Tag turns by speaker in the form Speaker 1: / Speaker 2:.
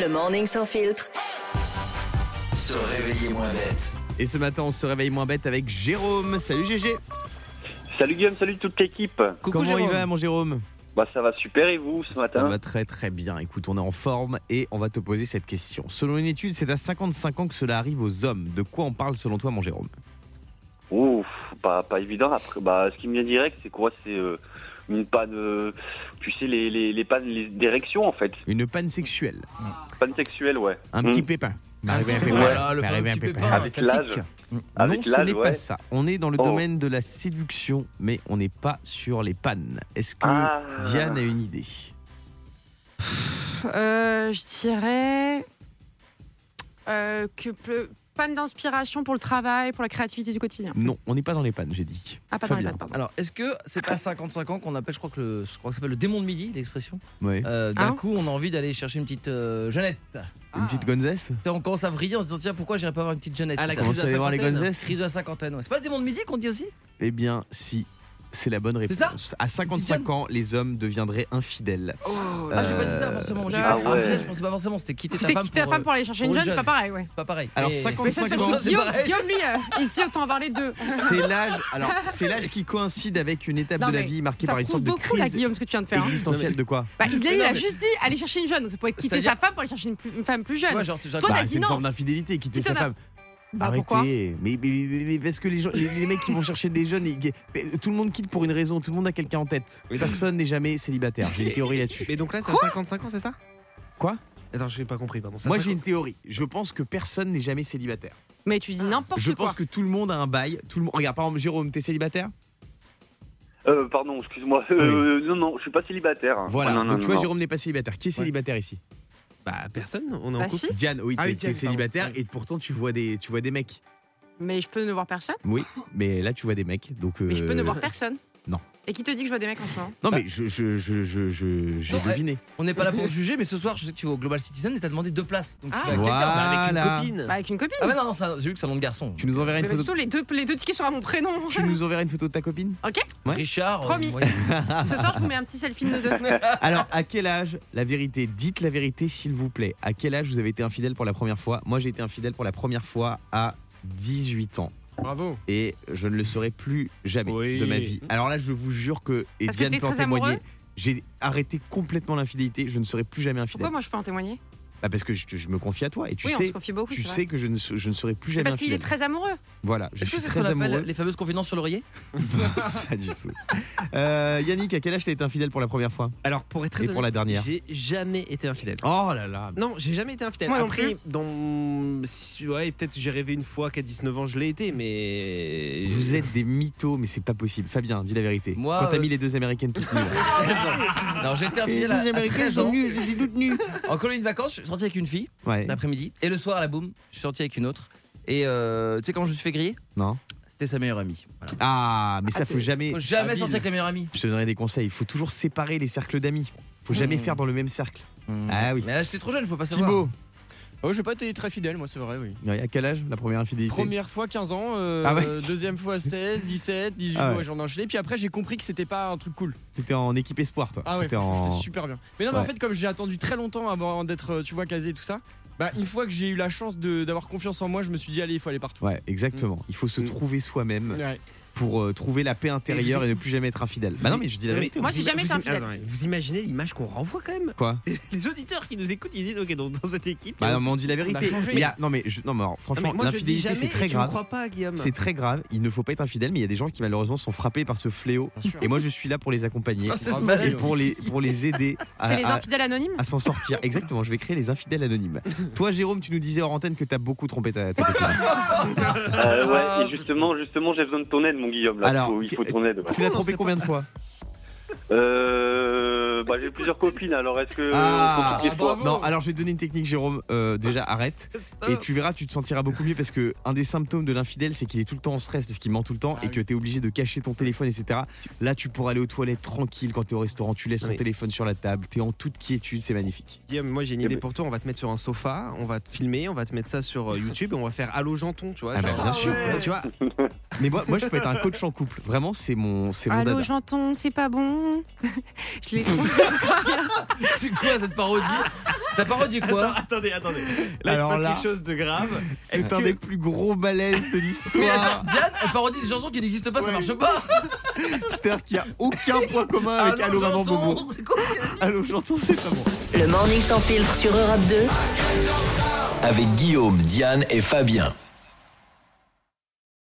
Speaker 1: Le morning sans filtre.
Speaker 2: Se réveiller moins bête.
Speaker 3: Et ce matin, on se réveille moins bête avec Jérôme. Salut GG.
Speaker 4: Salut Guillaume, salut toute l'équipe.
Speaker 3: Coucou Comment il va, mon Jérôme
Speaker 4: Bah ça va super et vous ce
Speaker 3: Ça
Speaker 4: matin
Speaker 3: va très très bien. Écoute, on est en forme et on va te poser cette question. Selon une étude, c'est à 55 ans que cela arrive aux hommes. De quoi on parle selon toi, mon Jérôme
Speaker 4: Ouf, pas pas évident. Après, bah ce qui me vient direct, c'est quoi C'est euh, une panne, euh, tu sais les, les, les pannes les- d'érection en fait,
Speaker 3: Une panne sexuelle.
Speaker 4: panne sexuelle ouais.
Speaker 3: Un
Speaker 4: Mm.
Speaker 3: petit pépin. Ah, M'arrive un pépin.
Speaker 5: Voilà, le
Speaker 3: M'arrive
Speaker 5: fameux
Speaker 3: un
Speaker 5: petit
Speaker 3: pépin.
Speaker 5: pépin.
Speaker 4: Avec
Speaker 5: classique.
Speaker 4: l'âge. Avec
Speaker 3: non, ce
Speaker 4: l'âge,
Speaker 3: n'est pas
Speaker 4: ouais.
Speaker 3: ça. On est dans le
Speaker 4: Oh.
Speaker 3: domaine de la séduction, mais on n'est pas sur les pannes. Est-ce que
Speaker 4: Ah.
Speaker 3: Diane a une idée
Speaker 6: Euh, je dirais euh, que ple- panne d'inspiration pour le travail, pour la créativité du quotidien.
Speaker 3: Non, on n'est pas dans les pannes, j'ai dit.
Speaker 6: Ah, pas dans les
Speaker 3: Fabien.
Speaker 6: pattes, pardon.
Speaker 5: Alors, est-ce que c'est pas 55 ans qu'on appelle, je crois que le, je crois que ça s'appelle le démon de midi, l'expression
Speaker 3: Ouais.
Speaker 5: Euh, D'un
Speaker 6: Hein
Speaker 5: coup, on a envie d'aller chercher une petite euh, Jeannette.
Speaker 3: Une petite gonzesse
Speaker 5: Et On commence à vriller en se disant tiens, pourquoi j'irais pas avoir une petite Jeannette
Speaker 3: Ah, la
Speaker 5: Ça
Speaker 3: crise
Speaker 5: commence
Speaker 3: de la
Speaker 5: voir
Speaker 3: cinquantaine.
Speaker 5: Crise de la cinquantaine. ouais. C'est pas le démon de midi qu'on dit aussi
Speaker 3: Eh bien, si. C'est la bonne réponse.
Speaker 5: C'est ça
Speaker 3: à 55
Speaker 5: Diane
Speaker 3: ans, les hommes deviendraient infidèles.
Speaker 6: Oh,
Speaker 3: Euh,
Speaker 5: Ah, j'ai pas dit ça forcément. J'ai pas-
Speaker 6: Ah
Speaker 4: ouais.
Speaker 5: infidèle, je pensais pas forcément. C'était quitter ta
Speaker 6: Quitter
Speaker 5: femme.
Speaker 6: quitter la
Speaker 5: pour,
Speaker 6: femme
Speaker 5: euh,
Speaker 6: pour aller chercher
Speaker 5: pour
Speaker 6: une
Speaker 5: une
Speaker 6: jeune, c'est pas
Speaker 5: jeune.
Speaker 6: pareil, ouais.
Speaker 5: C'est pas pareil.
Speaker 3: Alors,
Speaker 5: Et-
Speaker 6: Mais ça,
Speaker 3: 55
Speaker 6: c'est
Speaker 3: ans,
Speaker 5: Cinquante, c'est
Speaker 6: Guillaume,
Speaker 5: pareil.
Speaker 6: Guillaume, lui, euh, il se dit autant en parler d'eux.
Speaker 3: c'est l'âge. Alors, c'est l'âge qui coïncide avec une étape
Speaker 6: Non,
Speaker 3: de la
Speaker 6: mais
Speaker 3: vie marquée
Speaker 6: Ça
Speaker 3: par une
Speaker 6: prouve
Speaker 3: sorte de
Speaker 6: beaucoup, là,
Speaker 3: crise
Speaker 6: Guillaume, ce que tu viens de faire. hein.
Speaker 3: existentielle. De quoi
Speaker 6: Bah, il, a,
Speaker 5: Mais
Speaker 6: il
Speaker 5: non,
Speaker 6: a
Speaker 5: mais-
Speaker 6: juste dit aller chercher une jeune, donc ça pourrait quitter
Speaker 5: C'est-à-dire-
Speaker 6: sa femme pour aller chercher une, plus- une femme plus
Speaker 5: Tu
Speaker 6: jeune.
Speaker 5: vois, genre, tu- genre,
Speaker 6: Toi, t'as
Speaker 3: Bah,
Speaker 6: dit
Speaker 3: C'est une
Speaker 6: non.
Speaker 3: forme d'infidélité, quitter
Speaker 6: Quitter
Speaker 3: sa
Speaker 6: ta-
Speaker 3: femme.
Speaker 6: Bah, pourquoi
Speaker 3: Arrêtez. Mais, mais, mais- mais parce que les, gens, les, les mecs qui vont chercher des jeunes, ils- mais euh, tout le monde quitte pour une raison, tout le monde a quelqu'un en tête. Personne n'est jamais célibataire. J'ai une théorie là-dessus.
Speaker 7: Mais donc là, c'est à 55 ans, c'est ça
Speaker 3: Quoi
Speaker 7: Attends, je n'ai pas compris, pardon. C'est à
Speaker 3: Moi, j'ai une théorie. Je pense que personne n'est jamais célibataire.
Speaker 6: Mais tu dis n'importe
Speaker 3: Je
Speaker 6: quoi.
Speaker 3: pense que tout le monde a un bail. Tout le monde. Regarde, par exemple, Jérôme, t'es célibataire
Speaker 4: Euh, pardon, excuse-moi. Euh, Non non, je suis pas célibataire.
Speaker 3: Voilà.
Speaker 4: Ouais, non, non,
Speaker 3: Donc tu vois,
Speaker 4: non.
Speaker 3: Jérôme n'est pas célibataire. Qui est
Speaker 7: Ouais.
Speaker 3: célibataire ici
Speaker 7: 50 Bah, personne, on est en
Speaker 6: Bah,
Speaker 7: couple.
Speaker 6: si,
Speaker 3: Diane, oui,
Speaker 7: Ah
Speaker 3: t'es
Speaker 7: oui,
Speaker 3: t'es
Speaker 7: Diane, pardon.
Speaker 3: célibataire
Speaker 7: Ouais.
Speaker 3: et pourtant tu vois des, tu vois des mecs.
Speaker 6: mais je peux ne voir personne.
Speaker 3: Oui, mais là tu vois des mecs, donc.
Speaker 6: Mais je peux ne
Speaker 3: euh,
Speaker 6: voir personne.
Speaker 3: non.
Speaker 6: Et qui te dit que je vois des mecs en ce moment
Speaker 3: Non mais je je je je je- j'ai
Speaker 5: Non, eh,
Speaker 3: deviné.
Speaker 6: euh,
Speaker 5: On n'est pas là pour juger, mais ce soir, je sais que tu vas au Global Citizen et t'as demandé deux places. Donc, tu
Speaker 6: Ah,
Speaker 5: vas avec quelqu'un.
Speaker 3: Voilà.
Speaker 6: Bah, avec une copine.
Speaker 5: Ah, mais non, non, ça- j'ai vu que c'est un nom de garçon.
Speaker 3: Tu nous enverras une
Speaker 6: Mais pas
Speaker 3: photo.
Speaker 6: du tout, les deux, les deux tickets sont à mon prénom.
Speaker 3: Tu nous enverras une photo de ta copine. Ouais.
Speaker 5: Richard. euh,
Speaker 6: Promis.
Speaker 5: ouais.
Speaker 3: Ah.
Speaker 6: Ce soir, je vous mets un petit selfie de nous deux.
Speaker 3: Alors à quel âge La vérité, dites la vérité s'il vous plaît. À quel âge vous avez été infidèle pour la première fois Moi j'ai été infidèle pour la première fois à 18 ans
Speaker 7: Bravo.
Speaker 3: et je ne le serai plus jamais
Speaker 7: Oui.
Speaker 3: de ma vie. Alors là je vous jure que et
Speaker 6: Parce que
Speaker 3: Diane
Speaker 6: t'es
Speaker 3: peut en
Speaker 6: très
Speaker 3: témoigner.
Speaker 6: amoureux
Speaker 3: J'ai arrêté complètement l'infidélité. Je ne serai plus jamais infidèle.
Speaker 6: Pourquoi moi je peux en témoigner
Speaker 3: Bah, parce que je, je me confie à toi et tu
Speaker 6: Oui, on se
Speaker 3: sais.
Speaker 6: confie beaucoup,
Speaker 3: Tu
Speaker 6: c'est
Speaker 3: sais
Speaker 6: vrai.
Speaker 3: que je ne, se- je ne serai plus
Speaker 6: Mais
Speaker 3: jamais
Speaker 6: Parce qu'il est
Speaker 3: infidèle.
Speaker 6: très amoureux.
Speaker 3: Voilà, je
Speaker 5: Est-ce que
Speaker 3: suis
Speaker 5: c'est ce qu'on
Speaker 3: très
Speaker 5: appelle
Speaker 3: amoureux.
Speaker 5: les fameuses confidences sur l'oreiller
Speaker 3: Pas du tout. Euh, Yannick, à quel âge t'as été infidèle pour la première fois
Speaker 7: Alors, pour être très
Speaker 3: Et pour la dernière
Speaker 7: j'ai jamais été infidèle.
Speaker 3: Oh là là
Speaker 7: Non, j'ai jamais été infidèle.
Speaker 6: Moi non
Speaker 7: Après, dans. si- Ouais, peut-être j'ai rêvé une fois qu'à 19 ans, je l'ai été, mais.
Speaker 3: Vous êtes des mythos, mais c'est pas possible. Fabien, dis la vérité.
Speaker 5: Moi,
Speaker 3: Quand t'as
Speaker 5: euh,
Speaker 3: mis les deux américaines toutes nues. là.
Speaker 5: Non, j'étais
Speaker 3: Et
Speaker 5: infidèle à, à 13 ans.
Speaker 3: nues, j'ai toutes nues.
Speaker 5: En colonie de vacances, je suis sorti avec une fille
Speaker 3: Ouais.
Speaker 5: l'après-midi. Et le soir, à la boum, je suis sorti avec une autre. Et euh, tu sais comment je me suis fait griller
Speaker 3: Non.
Speaker 5: C'était sa meilleure amie. Voilà.
Speaker 3: Ah, mais ça, faut jamais.
Speaker 5: Faut jamais
Speaker 3: Habile.
Speaker 5: sortir avec la meilleure amie.
Speaker 3: Je te donnerai des conseils. Il faut toujours séparer les cercles d'amis. Faut jamais
Speaker 6: Mmh.
Speaker 5: Hmm.
Speaker 3: faire dans le même cercle. Ah oui.
Speaker 5: Mais là, j'étais trop jeune, je peux pas savoir.
Speaker 3: Thibaut,
Speaker 8: Oh, j'ai pas été très fidèle, moi, c'est vrai, oui.
Speaker 3: ouais, à quel âge la première infidélité
Speaker 8: Première fois 15 ans, euh,
Speaker 3: Ah ouais.
Speaker 8: euh, deuxième fois 16, 17, 18,
Speaker 3: Ah ouais.
Speaker 8: ouais, j'en ai enchaîné. Puis après, j'ai compris que c'était pas un truc cool.
Speaker 3: T'étais en équipe espoir, toi.
Speaker 8: Ah ouais,
Speaker 3: T'étais
Speaker 8: franchement,
Speaker 3: en-
Speaker 8: j'étais super bien. Mais non, mais en
Speaker 3: Ouais.
Speaker 8: fait, comme j'ai attendu très longtemps avant d'être, euh, tu vois, casé et tout ça, bah, une fois que j'ai eu la chance de- d'avoir confiance en moi, je me suis dit, allez, il faut aller partout.
Speaker 3: Ouais, exactement. Il faut se
Speaker 8: Hmm.
Speaker 3: trouver soi-même
Speaker 8: Ouais.
Speaker 3: pour euh, trouver la paix intérieure et, ne plus jamais être infidèle. Bah non, mais je dis la
Speaker 7: Non, mais
Speaker 3: vérité.
Speaker 6: Moi j'ai
Speaker 7: Vous-
Speaker 6: jamais été
Speaker 7: vous-
Speaker 6: infidèle.
Speaker 7: attends, Vous imaginez l'image qu'on renvoie quand même
Speaker 3: Quoi
Speaker 7: Les auditeurs qui nous écoutent, ils disent, ok, donc dans cette équipe.
Speaker 3: Bah non, mais on dit la vérité.
Speaker 5: changé.
Speaker 3: Mais il y a- non, mais je- non, mais alors,
Speaker 7: Non, Ah, mais
Speaker 3: franchement,
Speaker 7: moi, je dis
Speaker 3: l'infidélité
Speaker 7: jamais,
Speaker 3: c'est très
Speaker 7: et tu me
Speaker 3: grave.
Speaker 7: crois pas, Guillaume.
Speaker 3: C'est très grave. Il ne faut pas être infidèle, mais il y a des gens qui malheureusement sont frappés par ce fléau. Et moi, je suis là pour les accompagner
Speaker 5: Oh, c'est
Speaker 8: Bravo,
Speaker 5: malade.
Speaker 3: et pour les pour les aider à,
Speaker 6: C'est les
Speaker 3: à-
Speaker 6: infidèles anonymes
Speaker 3: à s'en sortir. Exactement. Je vais créer les infidèles anonymes. Toi, Jérôme, tu nous disais hors antenne que t'as beaucoup trompé ta. ta copine.
Speaker 4: Euh, ouais, et justement, justement, j'ai besoin de ton aide, mon Guillaume. Là,
Speaker 3: Alors,
Speaker 4: il faut, il faut ton aide. ouais.
Speaker 3: tu l'as trompé combien de fois
Speaker 4: Euh, bah, j'ai plusieurs copines, alors est-ce que
Speaker 3: Ah,
Speaker 4: on compte les fois
Speaker 3: Non. Alors, je vais te donner une technique, Jérôme. Euh, déjà, arrête.
Speaker 7: Ah.
Speaker 3: Et tu verras, tu te sentiras beaucoup mieux parce que un des symptômes de l'infidèle, c'est qu'il est tout le temps en stress parce qu'il ment tout le temps
Speaker 5: Ah
Speaker 3: et que t'es obligé de cacher ton téléphone, etc. Là, tu pourras aller aux toilettes tranquille quand t'es au restaurant, tu laisses ton
Speaker 7: Oui.
Speaker 3: téléphone sur la table, t'es en toute quiétude, c'est magnifique.
Speaker 7: Guillaume, moi j'ai une
Speaker 4: Eh
Speaker 7: idée
Speaker 4: ben.
Speaker 7: pour toi, on va te mettre sur un sofa, on va te filmer, on va te mettre ça sur euh, YouTube et on va faire Allo Janton, tu vois.
Speaker 3: Ah bah,
Speaker 7: genre,
Speaker 3: bien sûr.
Speaker 7: Tu vois,
Speaker 3: Mais moi, moi, je peux être un coach en couple. Vraiment, c'est mon, c'est mon
Speaker 6: Allô
Speaker 3: dada.
Speaker 6: j'entends, c'est pas bon. je l'ai trouvé.
Speaker 5: C'est quoi cette parodie T'as parodié quoi
Speaker 7: Attendez, attendez. Là,
Speaker 3: Alors
Speaker 7: il se passe
Speaker 3: là-
Speaker 7: quelque chose de grave.
Speaker 3: C'est un
Speaker 7: que-
Speaker 3: des plus gros balaises de
Speaker 5: Mais
Speaker 3: l'histoire.
Speaker 5: attends, Diane, elle parodie des chansons qui n'existent pas, ça
Speaker 3: Ouais.
Speaker 5: marche pas
Speaker 3: C'est-à-dire qu'il n'y a aucun point commun avec
Speaker 5: Allô,
Speaker 3: Allô, Ah Maman
Speaker 5: j'entends,
Speaker 3: Bobo.
Speaker 5: C'est quoi
Speaker 3: Allô, j'entends, c'est pas bon.
Speaker 1: Le Morning sans filtre sur Europe 2.
Speaker 2: Avec Guillaume, Diane et Fabien.